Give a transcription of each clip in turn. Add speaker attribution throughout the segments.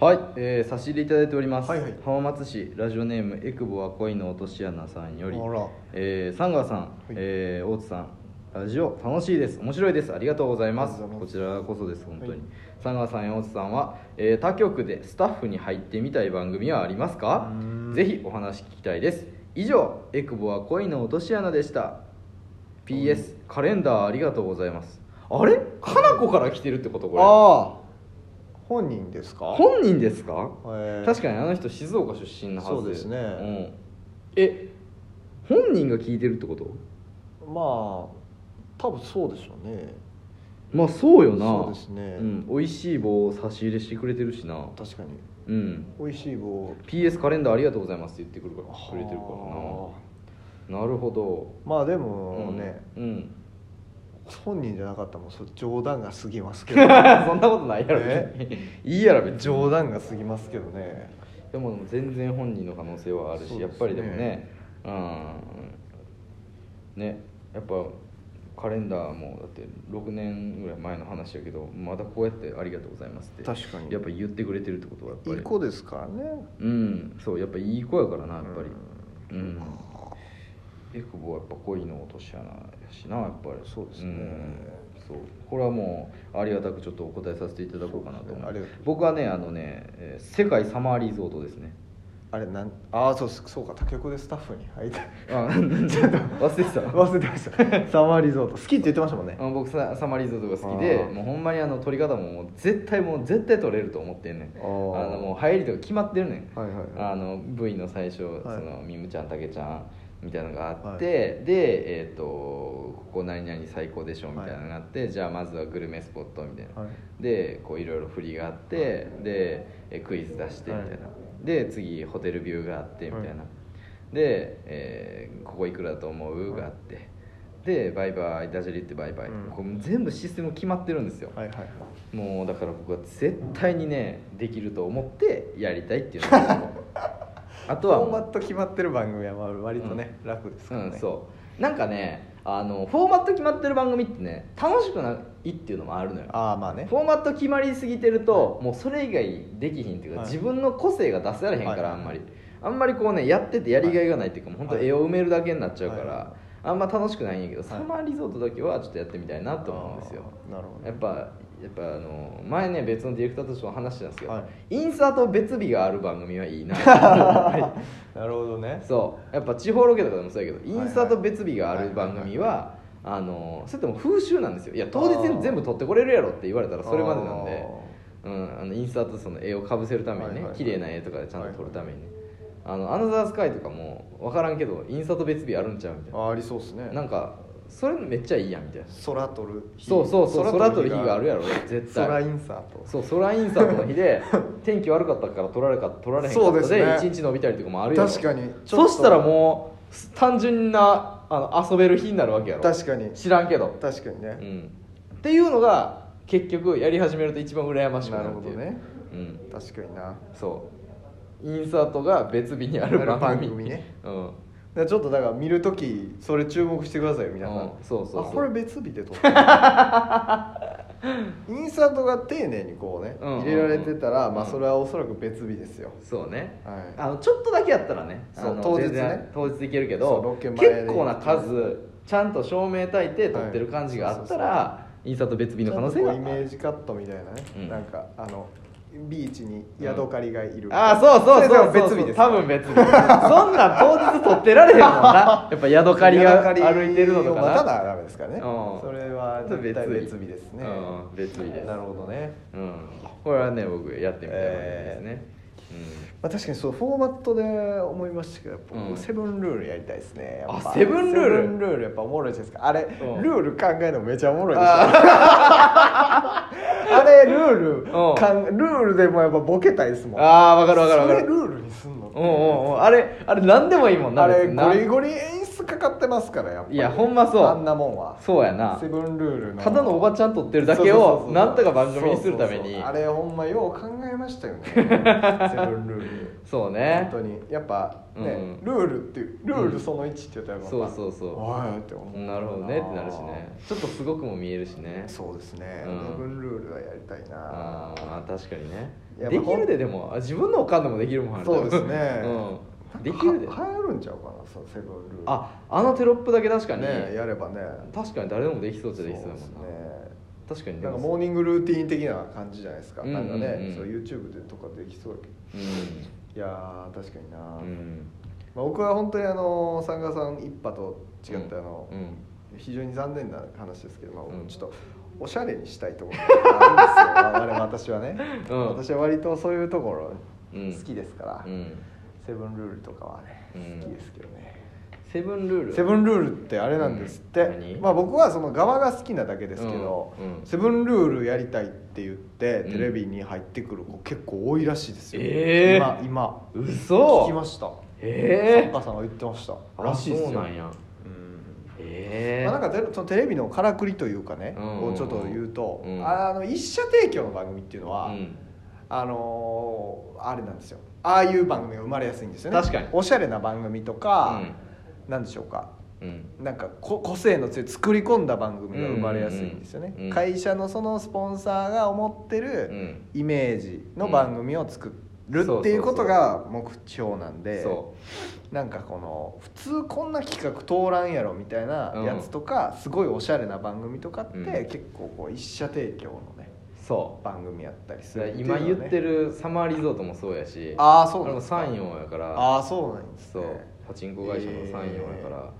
Speaker 1: はい、えー、差し入れいただいております、
Speaker 2: はいはい
Speaker 1: 浜松市ラジオネームエクボは恋の落とし穴さんより
Speaker 2: あら
Speaker 1: えー、サンガさん、えー大津さんラジオ楽しいです面白いですありがとうございます
Speaker 2: ありがとう
Speaker 1: こ
Speaker 2: ござ
Speaker 1: ちらこそです本当に、
Speaker 2: はい
Speaker 1: サンガさんや大津さんは、えー他局でスタッフに入ってみたい番組はありますか
Speaker 2: うーん
Speaker 1: ぜひお話聞きたいです以上エクボは恋の落とし穴でした PS カレンダーありがとうございますあれかなこから来てるってことこれ
Speaker 2: ああ本人ですか
Speaker 1: 本人ですか
Speaker 2: えー
Speaker 1: 確かにあの人静岡出身のはず
Speaker 2: そうですね
Speaker 1: ん、え本人が聞いてるってこと
Speaker 2: まあ多分そうでしょうね
Speaker 1: まあそうよな
Speaker 2: そうですね
Speaker 1: うん、美味しい棒を差し入れしてくれてるしな
Speaker 2: 確かに
Speaker 1: うん
Speaker 2: 美味しい棒
Speaker 1: PS カレンダーありがとうございますって言ってくるからくれてる
Speaker 2: は
Speaker 1: からななるほど
Speaker 2: あまあでもね、
Speaker 1: うん、うん、
Speaker 2: 本人じゃなかったらもうそれ冗談が過ぎますけ
Speaker 1: そ
Speaker 2: ど
Speaker 1: んなことないやろ別に いいやろ別に
Speaker 2: 冗談が過ぎますけどね
Speaker 1: でもでも全然本人の可能性はあるし、
Speaker 2: そうですね
Speaker 1: やっぱりでもねうんねやっぱカレンダーもだって6年ぐらい前の話やけどまだこうやって「ありがとうございます」って
Speaker 2: 確かに
Speaker 1: やっぱ言ってくれてるってことはやっぱ
Speaker 2: い
Speaker 1: り
Speaker 2: い子ですからね
Speaker 1: うんそうやっぱいい子やからなやっぱり
Speaker 2: う
Speaker 1: うんん、エクボはやっぱ恋の落とし穴やしなやっぱり
Speaker 2: そうですね
Speaker 1: んそうこれはもうありがたくちょっとお答えさせていただこうかなと思
Speaker 2: そう
Speaker 1: う
Speaker 2: ですねありがとう
Speaker 1: 僕はねあのね、えー世界サマーリゾートですね
Speaker 2: あれなんああそうですそうか他局でスタッフに 入って
Speaker 1: あちょっと忘れてた
Speaker 2: 忘れてましたサマーリゾート好きって言ってましたもんね
Speaker 1: あの僕ササマーリゾートが好きで
Speaker 2: あー
Speaker 1: もうほんまにあの撮り方ももう絶対もう絶対撮れると思ってんねんあ
Speaker 2: あー
Speaker 1: のもう入りとか決まってるねん、
Speaker 2: はいはいはい
Speaker 1: あの V の最初、
Speaker 2: はい
Speaker 1: そのみむちゃんたけちゃんみたいなのがあって、でえっ、とここ何々最高でしょみたいなのがあって、じゃあまずはグルメスポットみたいな、
Speaker 2: はい
Speaker 1: でこういろいろ振りがあって、でえクイズ出してみたいな、
Speaker 2: は
Speaker 1: で次ホテルビューがあってみたいな、
Speaker 2: は
Speaker 1: で、えーここいくらだと思う?」があって、で「バイバイダジャレ言ってバイバイ」
Speaker 2: うん
Speaker 1: これ全部システム決まってるんですよ、
Speaker 2: はいはいはい
Speaker 1: もうだから僕は絶対にねできると思ってやりたいっていうの があとは
Speaker 2: フォー
Speaker 1: も
Speaker 2: マ
Speaker 1: う
Speaker 2: ット決まってる番組はまあ割とね、楽ですからね、
Speaker 1: うん、そうなんかねあのフォーマット決まってる番組ってね楽しくないっていうのもあるのよ
Speaker 2: ああまあね
Speaker 1: フォーマット決まりすぎてると、もうそれ以外できひんっていうか、
Speaker 2: はい
Speaker 1: 自分の個性が出せられへんから、
Speaker 2: はい
Speaker 1: あんまりあんまりこうねやっててやりがいがないっていうか、もう本
Speaker 2: は
Speaker 1: 当
Speaker 2: い
Speaker 1: 絵を埋めるだけになっちゃうから、
Speaker 2: は
Speaker 1: あんま楽しくないんやけど、
Speaker 2: い
Speaker 1: サマーリゾートだけはちょっとやってみたいなと思うんですよ
Speaker 2: あーなるほど
Speaker 1: やっぱやっぱあの前ね別のディレクターとしても話したんですけど、
Speaker 2: は
Speaker 1: インサート別日がある番組はいいな やっぱり
Speaker 2: なるほどね
Speaker 1: そうやっぱ地方ロケとかでもそうやけどイ
Speaker 2: はい
Speaker 1: ンサート別日がある番組はあのそれってもう風習なんですよいや当日に全部撮ってこれるやろって言われたらそれまでなんで、うん、あのインサートその絵をかぶせるために
Speaker 2: はい
Speaker 1: ね
Speaker 2: はいはい
Speaker 1: 綺麗な絵とかでちゃんと撮るためにねあのアナザースカイとかも分からんけどインサート別日あるんちゃうみたいな
Speaker 2: あーありそうですね
Speaker 1: なんかそれめっちゃいいやんみたいな
Speaker 2: 空撮る日
Speaker 1: そうそうそう空撮る日があるや
Speaker 2: ろ
Speaker 1: ろ絶対
Speaker 2: 空インサート
Speaker 1: そう空インサートの日 で天気悪かったから取られか取られへんか
Speaker 2: そう
Speaker 1: っ
Speaker 2: で
Speaker 1: た
Speaker 2: すね
Speaker 1: で一、日伸びたりとかもあるやろ
Speaker 2: 確かにちょ
Speaker 1: そ
Speaker 2: っと
Speaker 1: したらもうす単純なあの遊べる日になるわけやろ
Speaker 2: 確かに
Speaker 1: 知らんけど、
Speaker 2: 確かに
Speaker 1: う
Speaker 2: ね、
Speaker 1: ん、っていうのが結局やり始めると一番羨ましくなるっていう
Speaker 2: なるほ
Speaker 1: うん、
Speaker 2: 確かになだか
Speaker 1: そうインサートが別日にある番組
Speaker 2: ある番組ね
Speaker 1: うん
Speaker 2: らちょっとだから見るときそれ注目してくださいよ皆さん、
Speaker 1: うんそうそうそう
Speaker 2: あこれ別日で撮った インサートが丁寧にこうね
Speaker 1: うんうんうん
Speaker 2: 入れられてたら、まあ、
Speaker 1: うん
Speaker 2: それはおそらく別日ですよ、
Speaker 1: そうね、
Speaker 2: はい
Speaker 1: あのちょっとだけやったらね
Speaker 2: そう
Speaker 1: あの
Speaker 2: 当日ね
Speaker 1: 全然当日いけるけ
Speaker 2: そ
Speaker 1: ど
Speaker 2: うロケ前で
Speaker 1: 結構な数ちゃんと照明焚いて撮ってる感じがあったら、
Speaker 2: はい
Speaker 1: インサート別日の可能性
Speaker 2: ち
Speaker 1: が
Speaker 2: ょっとこうイメージカットみたいなね、
Speaker 1: うん
Speaker 2: なんかあのビーチに宿狩りがいる、
Speaker 1: ああそうそうそう
Speaker 2: れ
Speaker 1: そう
Speaker 2: が別日です
Speaker 1: 多分別日そんなん当日撮ってられへんもん なやっぱ宿
Speaker 2: 宿
Speaker 1: 狩りが
Speaker 2: 狩りを
Speaker 1: 歩いてるのとかな
Speaker 2: 待たなダメですからね、
Speaker 1: うん
Speaker 2: それは絶対別日ですね、
Speaker 1: うん別日です
Speaker 2: なるほどね、
Speaker 1: うんこれはね僕やってみたい番組ですね、
Speaker 2: まあ、確かにそうフォーマットで思いましたけどやっぱ僕
Speaker 1: うん
Speaker 2: セブンルールやりたいですねやっぱ
Speaker 1: あセブンルール
Speaker 2: セブンルールやっぱおもろいじゃないですかあれ、
Speaker 1: うん
Speaker 2: ルール考えるのめちゃおもろいでしょあ れルール、
Speaker 1: うん
Speaker 2: かんルールでもやっぱボケたいですもん
Speaker 1: ああ分かる分かる分か
Speaker 2: そ
Speaker 1: る
Speaker 2: れルールにすんのって
Speaker 1: うんうんうんあれあれ何でもいいもんな
Speaker 2: あれ
Speaker 1: 別にな
Speaker 2: ゴリゴリ演出スかかってますからやっぱり
Speaker 1: いやほんまそう
Speaker 2: あんなもんは
Speaker 1: そうやな
Speaker 2: セブンルールの
Speaker 1: ただのおばちゃん撮ってるだけ
Speaker 2: そうそうそう
Speaker 1: を
Speaker 2: そう
Speaker 1: なんとか番組にするため
Speaker 2: そうそう
Speaker 1: に
Speaker 2: そうあれほんまよう考えました よねセブンルール
Speaker 1: そうね
Speaker 2: 本当にやっぱね、
Speaker 1: うん
Speaker 2: ルールっていうルールその1って言ったらやっぱ、
Speaker 1: そうそうそう
Speaker 2: おいって思う
Speaker 1: なるほどねってなるしねちょっとすごくも見えるしね
Speaker 2: そうですね、
Speaker 1: うん
Speaker 2: セブンルールはやりたいな
Speaker 1: ああ確かにね
Speaker 2: いや
Speaker 1: で
Speaker 2: ま
Speaker 1: き
Speaker 2: あほ
Speaker 1: る
Speaker 2: ん
Speaker 1: ででもあ自分のおかんでもできるもんある
Speaker 2: そうですね
Speaker 1: うん、できるで
Speaker 2: は流行るんちゃうかなそのセブンルール
Speaker 1: ああのテロップだけ確かに、
Speaker 2: ねやればね
Speaker 1: 確かに誰でもできそうじ
Speaker 2: そ
Speaker 1: ゃ
Speaker 2: う
Speaker 1: で
Speaker 2: で
Speaker 1: き
Speaker 2: す
Speaker 1: そう
Speaker 2: ね
Speaker 1: だもんな確かに
Speaker 2: なんかモーニングルーティン的な感じじゃないですか、
Speaker 1: うんうんうん
Speaker 2: なんかねそう YouTube でとかできそうだけどいやー確かにな、
Speaker 1: うん、うん、
Speaker 2: まあ、僕は本当にあの三川さん一派と違ってあの、
Speaker 1: うん
Speaker 2: 非常に残念な話ですけど、まあ
Speaker 1: うん
Speaker 2: ちょっとおしゃれにしたいところ があるんですよ我々私はね、
Speaker 1: うん
Speaker 2: 私は割とそういうところ
Speaker 1: うん
Speaker 2: 好きですから、
Speaker 1: うん
Speaker 2: セブンルールとかはね、
Speaker 1: うん
Speaker 2: 好きですけどね
Speaker 1: セブンルール
Speaker 2: セブンルールってあれなんですって、
Speaker 1: うん何
Speaker 2: まあ、僕はその側が好きなだけですけど、
Speaker 1: うんうん
Speaker 2: セブンルールやりたいって言って
Speaker 1: うん
Speaker 2: テレビに入ってくる子結構多いらしいですよ、
Speaker 1: えー
Speaker 2: 今
Speaker 1: う
Speaker 2: 今
Speaker 1: そ
Speaker 2: 聞きました
Speaker 1: ええ
Speaker 2: サッカーさんが言ってました
Speaker 1: ー、
Speaker 2: らしいですよ
Speaker 1: あそうなんや
Speaker 2: うん
Speaker 1: ええ
Speaker 2: まあ、
Speaker 1: ー、
Speaker 2: なんかテそのテレビのからくりというかね、
Speaker 1: うんうんうん
Speaker 2: をちょっと言うと、
Speaker 1: うん
Speaker 2: あの一社提供の番組っていうのは、
Speaker 1: うん
Speaker 2: あのーあれなんですよああいう番組が生まれやすいんですよね
Speaker 1: 確かに
Speaker 2: おしゃれな番組とか、なんでしょうか
Speaker 1: うん
Speaker 2: なんかこ個性の強い作り込んだ番組が生まれやすいんですよね、
Speaker 1: うんうんうん
Speaker 2: 会社のそのスポンサーが思って
Speaker 1: う
Speaker 2: る
Speaker 1: ん
Speaker 2: イメージの番組を作る
Speaker 1: うん
Speaker 2: っていうことが目標なんで、
Speaker 1: そ
Speaker 2: なんかこの普通こんな企画通らんやろみたいなやつとか、すごいおしゃれな番組とかって、
Speaker 1: うん
Speaker 2: 結構こう一社提供の
Speaker 1: う
Speaker 2: ね
Speaker 1: そ
Speaker 2: 番組やったりす
Speaker 1: う
Speaker 2: るっていうの
Speaker 1: 今
Speaker 2: はね、
Speaker 1: 言ってるサマーリゾートもそうやし
Speaker 2: ああそう
Speaker 1: 俺
Speaker 2: な
Speaker 1: も
Speaker 2: んですか
Speaker 1: 三四やから
Speaker 2: ああそうなんです
Speaker 1: そ
Speaker 2: ね
Speaker 1: うパチンコ会社の三四やから、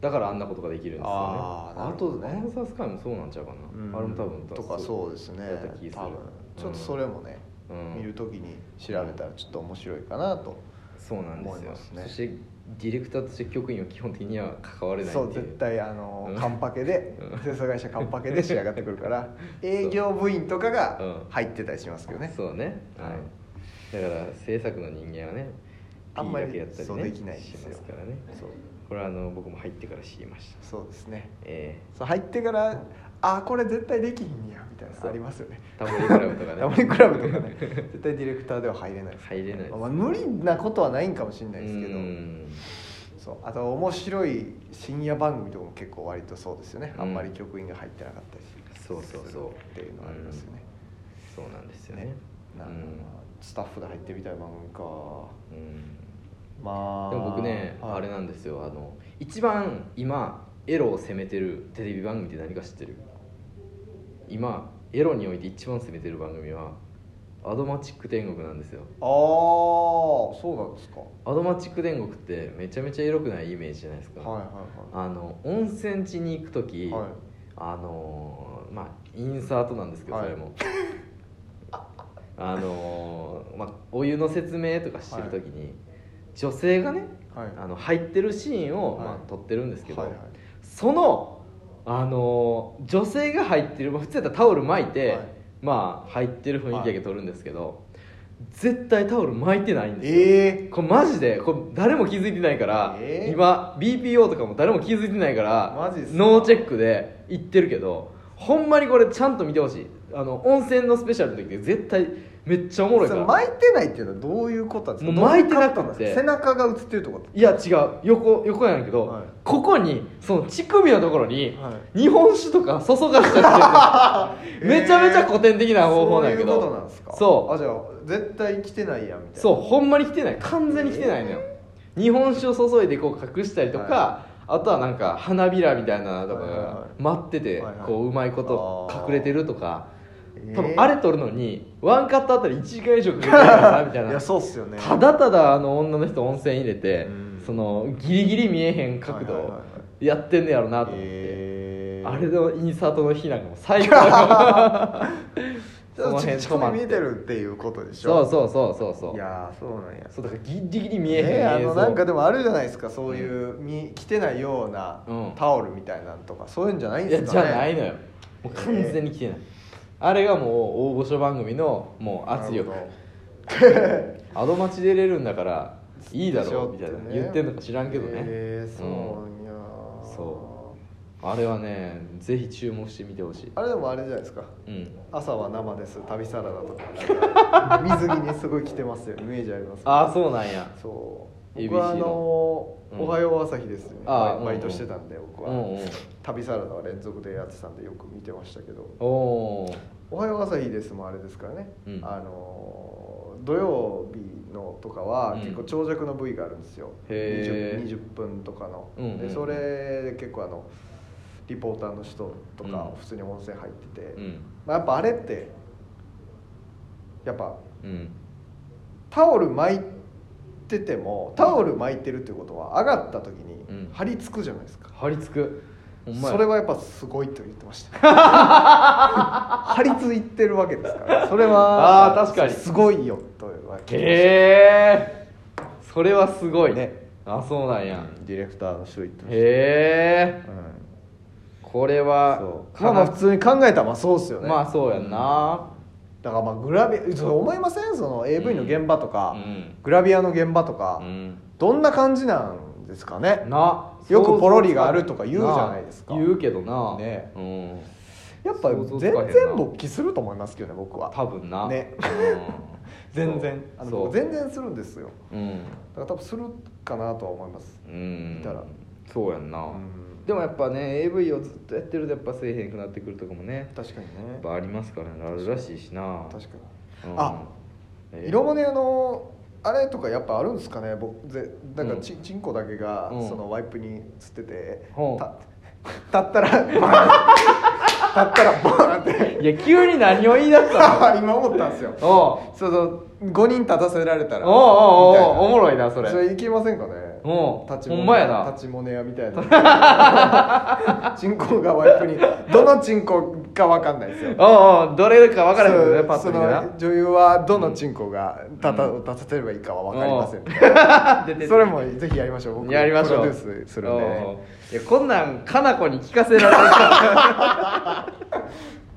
Speaker 1: だからあんなことができるんですよね
Speaker 2: あーなるほどね
Speaker 1: あとアナザースカイもそうなんちゃうかな、
Speaker 2: うん
Speaker 1: あれも多分
Speaker 2: とかそうですね
Speaker 1: やった気する
Speaker 2: 多分ちょっとそれもね、
Speaker 1: うん
Speaker 2: 見るときに調べたらちょっと面白いかなと、
Speaker 1: そうなんです
Speaker 2: 思い
Speaker 1: よ
Speaker 2: ますね
Speaker 1: そしてディレクターとして局員は基本的には関われないってい
Speaker 2: そう絶対あの
Speaker 1: うん
Speaker 2: カンパケで
Speaker 1: うん
Speaker 2: 制作会社カンパケで仕上がってく るから営業部員とかが
Speaker 1: うん
Speaker 2: 入ってたりしますけどね、
Speaker 1: そうね、はい、だから制作の人間はね
Speaker 2: あんまり
Speaker 1: P だけやったり
Speaker 2: そう
Speaker 1: ね
Speaker 2: できないんです
Speaker 1: し
Speaker 2: よ
Speaker 1: ますからね
Speaker 2: そう
Speaker 1: これはあの僕も入ってから知りました
Speaker 2: そうですね
Speaker 1: え
Speaker 2: そう入ってからあこれ絶対できひんやみたいな
Speaker 1: そう
Speaker 2: のありますよね
Speaker 1: え タモリクラブとかね
Speaker 2: ダブルクラブとかね絶対ディレクターでは入れないです、
Speaker 1: 入れないです
Speaker 2: まあ、無理なことはないんかもしれないですけど
Speaker 1: うん
Speaker 2: そうあと面白い深夜番組とかも結構割とそうですよね、
Speaker 1: うん
Speaker 2: あんまり局員が入ってなかったりす
Speaker 1: そ
Speaker 2: る
Speaker 1: うそうそう
Speaker 2: っていうのはありますよね、
Speaker 1: そうなんですよね
Speaker 2: ねなんかスタッフで入ってみたい番組
Speaker 1: う
Speaker 2: か
Speaker 1: んうん
Speaker 2: まあ
Speaker 1: でも僕ね、
Speaker 2: はい
Speaker 1: あれなんですよあの一番今エロを攻めてるテレビ番組って何か知ってる今エロにおいて一番攻めてる番組はアドマチック天国なんですよ
Speaker 2: ああそうなんですかは
Speaker 1: アドマチック天国ってめちゃめちゃエロくないイメージじゃないです
Speaker 2: い
Speaker 1: か、
Speaker 2: はいは
Speaker 1: あの温泉地に行く時、
Speaker 2: いはい
Speaker 1: あのーまあインサートなんですけど、
Speaker 2: はい
Speaker 1: それも あのーまあ、お湯の説明とかしてる時に、女性がね
Speaker 2: はい
Speaker 1: あの入ってるシーンを、
Speaker 2: はい
Speaker 1: まあ、撮ってるんですけど、
Speaker 2: はいはい
Speaker 1: その、あのー女性が入ってる、まあ、普通やったらタオル巻いて、
Speaker 2: はい
Speaker 1: まあ入ってる雰囲気だけ撮るんですけど、絶対タオル巻いてないんですよ、
Speaker 2: え
Speaker 1: これマジでこれ誰も気づいてないから、
Speaker 2: えー
Speaker 1: 今 BPO とかも誰も気づいてないから
Speaker 2: マジっすか
Speaker 1: ノーチェックで行ってるけどほんまにこれちゃんと見てほしいあの温泉のスペシャルの時で絶対めっちゃおも
Speaker 2: ー、
Speaker 1: ろい
Speaker 2: そ
Speaker 1: か
Speaker 2: れ
Speaker 1: ら
Speaker 2: 巻いてないっていうのはどういうことなんですか
Speaker 1: もう巻いてなくて
Speaker 2: どううことんですか背中が映ってるってこと
Speaker 1: いや違う横横やねんけど、
Speaker 2: はい
Speaker 1: ここにその乳首のところに
Speaker 2: は
Speaker 1: 日本酒とか注がしちゃってる
Speaker 2: えー
Speaker 1: めちゃめちゃ古典的な方法なんやけど
Speaker 2: そういうことなんですか
Speaker 1: そう
Speaker 2: あじゃあ絶対来てないやんみたいな
Speaker 1: そうほんまに来てない完全に来てないのよ、日本酒を注いでこう隠したりとか、あとはなんか花びらみたいなのとか
Speaker 2: はいはい
Speaker 1: が
Speaker 2: はい
Speaker 1: 待ってて、
Speaker 2: はいはい
Speaker 1: こううまいこと
Speaker 2: あー
Speaker 1: 隠れてるとか
Speaker 2: えー
Speaker 1: 多分あれ撮るのにワンカットあたり1時間以上かけてるからなみたい
Speaker 2: い
Speaker 1: な
Speaker 2: やそうっすよね
Speaker 1: ただただあの女の人温泉入れて、
Speaker 2: うん
Speaker 1: そのギリギリ見えへん角度
Speaker 2: はいはいは
Speaker 1: をやってんねやろなと思って、
Speaker 2: えー
Speaker 1: あれのインサートの日なんかも最高だ
Speaker 2: ちょっとちっちゃめ
Speaker 1: っ
Speaker 2: 見え
Speaker 1: て
Speaker 2: てるっていうこと でし
Speaker 1: そ
Speaker 2: ょ
Speaker 1: うそうそうそうそう
Speaker 2: いやーそうなんや
Speaker 1: そうだからギリギリ見えへん
Speaker 2: ねあ
Speaker 1: 映像
Speaker 2: のなんかでもあるじゃないですかそういう、み着てないような
Speaker 1: うん
Speaker 2: タオルみたいなんとかそういうんじゃないん
Speaker 1: い
Speaker 2: で
Speaker 1: や
Speaker 2: すか
Speaker 1: じ
Speaker 2: ね
Speaker 1: ゃないのよもう完全に来てない、あれがもう大御所番組のもう圧力
Speaker 2: なるほど
Speaker 1: アドマチ出れるんだからいいだ
Speaker 2: でし
Speaker 1: ろ
Speaker 2: ょ
Speaker 1: う
Speaker 2: っ
Speaker 1: み
Speaker 2: て
Speaker 1: たいな
Speaker 2: ね
Speaker 1: 言ってんのか知らんけどね、
Speaker 2: えー、そうなんや、
Speaker 1: そあれはねぜひ注目してみてほしい
Speaker 2: あれでもあれじゃないですか
Speaker 1: うん
Speaker 2: 朝は生です旅サラダと か水着にすごい着てますよイメージあります
Speaker 1: ああそうなんや
Speaker 2: そう僕
Speaker 1: ABC
Speaker 2: はあの
Speaker 1: う
Speaker 2: ー
Speaker 1: ん
Speaker 2: 「おはよう朝日」ですね、
Speaker 1: あ
Speaker 2: バ
Speaker 1: ー
Speaker 2: イバイトしてたんで
Speaker 1: う
Speaker 2: 僕は、
Speaker 1: んうん
Speaker 2: 旅サラダは連続でやってたんでよく見てましたけど
Speaker 1: おおー
Speaker 2: 「おはよう朝日」ですもあれですからね、
Speaker 1: うん
Speaker 2: あのー土曜日のとかは
Speaker 1: うん
Speaker 2: 結構長尺の部位があるんですよ、
Speaker 1: へー
Speaker 2: 20, 20分とかの、
Speaker 1: うんうんうん
Speaker 2: でそれで結構あのリポーターの人とか
Speaker 1: うん
Speaker 2: 普通に温泉入ってて、
Speaker 1: うん
Speaker 2: まあ、やっぱあれってやっぱ
Speaker 1: うん
Speaker 2: タオル巻いててもタオル巻いてるってことは上がった時
Speaker 1: うん
Speaker 2: に張り付くじゃないですか、
Speaker 1: 張り付くほんまや
Speaker 2: それはやっぱすごいと言ってまし た張り付いてるわけですからそれは
Speaker 1: あー確かに
Speaker 2: すごいよとは聞きました
Speaker 1: へえそれはすごい
Speaker 2: ね
Speaker 1: あそうなんや
Speaker 2: ディレクターの人言ってまし
Speaker 1: へ
Speaker 2: た
Speaker 1: え
Speaker 2: うん
Speaker 1: これは
Speaker 2: そう
Speaker 1: か
Speaker 2: ま
Speaker 1: な
Speaker 2: あまあ普通に考えたらまあそうですよね
Speaker 1: まあそうやんな
Speaker 2: だからまあグラビアそう思いませんその AV の現場とか、
Speaker 1: うん
Speaker 2: グラビアの現場とか、
Speaker 1: うん
Speaker 2: どんな感じなんですかね
Speaker 1: な
Speaker 2: よくポロリがあるとか言うじゃないですか
Speaker 1: な言うけどな
Speaker 2: ね
Speaker 1: うん
Speaker 2: やっぱ
Speaker 1: 想像
Speaker 2: 全
Speaker 1: つかへんな
Speaker 2: 然勃起すると思いますけどね僕は
Speaker 1: 多分な
Speaker 2: ね
Speaker 1: うん
Speaker 2: 全然あの
Speaker 1: そう
Speaker 2: 僕全然するんですよ
Speaker 1: うん
Speaker 2: だから多分するかなとは思います
Speaker 1: うん
Speaker 2: 見たら
Speaker 1: そうやんな
Speaker 2: うん
Speaker 1: でもやっぱね AV をずっとやってるとやっぱせえへんくなってくるとかもね
Speaker 2: 確かに
Speaker 1: や
Speaker 2: ね
Speaker 1: っぱありますからねあるらしいしな
Speaker 2: 確か
Speaker 1: う
Speaker 2: に
Speaker 1: ん
Speaker 2: あ
Speaker 1: ええ
Speaker 2: 色マネのあれとかやっぱあるんですかね僕ぜなんかち、
Speaker 1: うん
Speaker 2: チンコだけが
Speaker 1: うん
Speaker 2: そのワイプにつってて、
Speaker 1: うん
Speaker 2: た立ったらバーン立ったらバーンって
Speaker 1: いや急に何を言い出 したの
Speaker 2: 今思ったんですよ
Speaker 1: おう
Speaker 2: その5人立たせられたら
Speaker 1: おうおうおう
Speaker 2: みたいな
Speaker 1: おもろいなそれ
Speaker 2: それいけませんかね
Speaker 1: おう
Speaker 2: 立ち
Speaker 1: ほ
Speaker 2: モ
Speaker 1: んま
Speaker 2: ネ
Speaker 1: や
Speaker 2: 屋
Speaker 1: な
Speaker 2: 立ちモネ屋みたいな チンコがワイプにどのチンコかわかんないですよ
Speaker 1: おうおうどれか分からへんけどね
Speaker 2: そう
Speaker 1: パッと見て
Speaker 2: その女優はどのチンコが立た,、立たせればいいかはわかりませんみたい
Speaker 1: な 出て
Speaker 2: な
Speaker 1: る
Speaker 2: それもぜひやりましょう僕
Speaker 1: やりましょう
Speaker 2: プロデュースするんでね
Speaker 1: おういやこんなんかなこに聞かせられる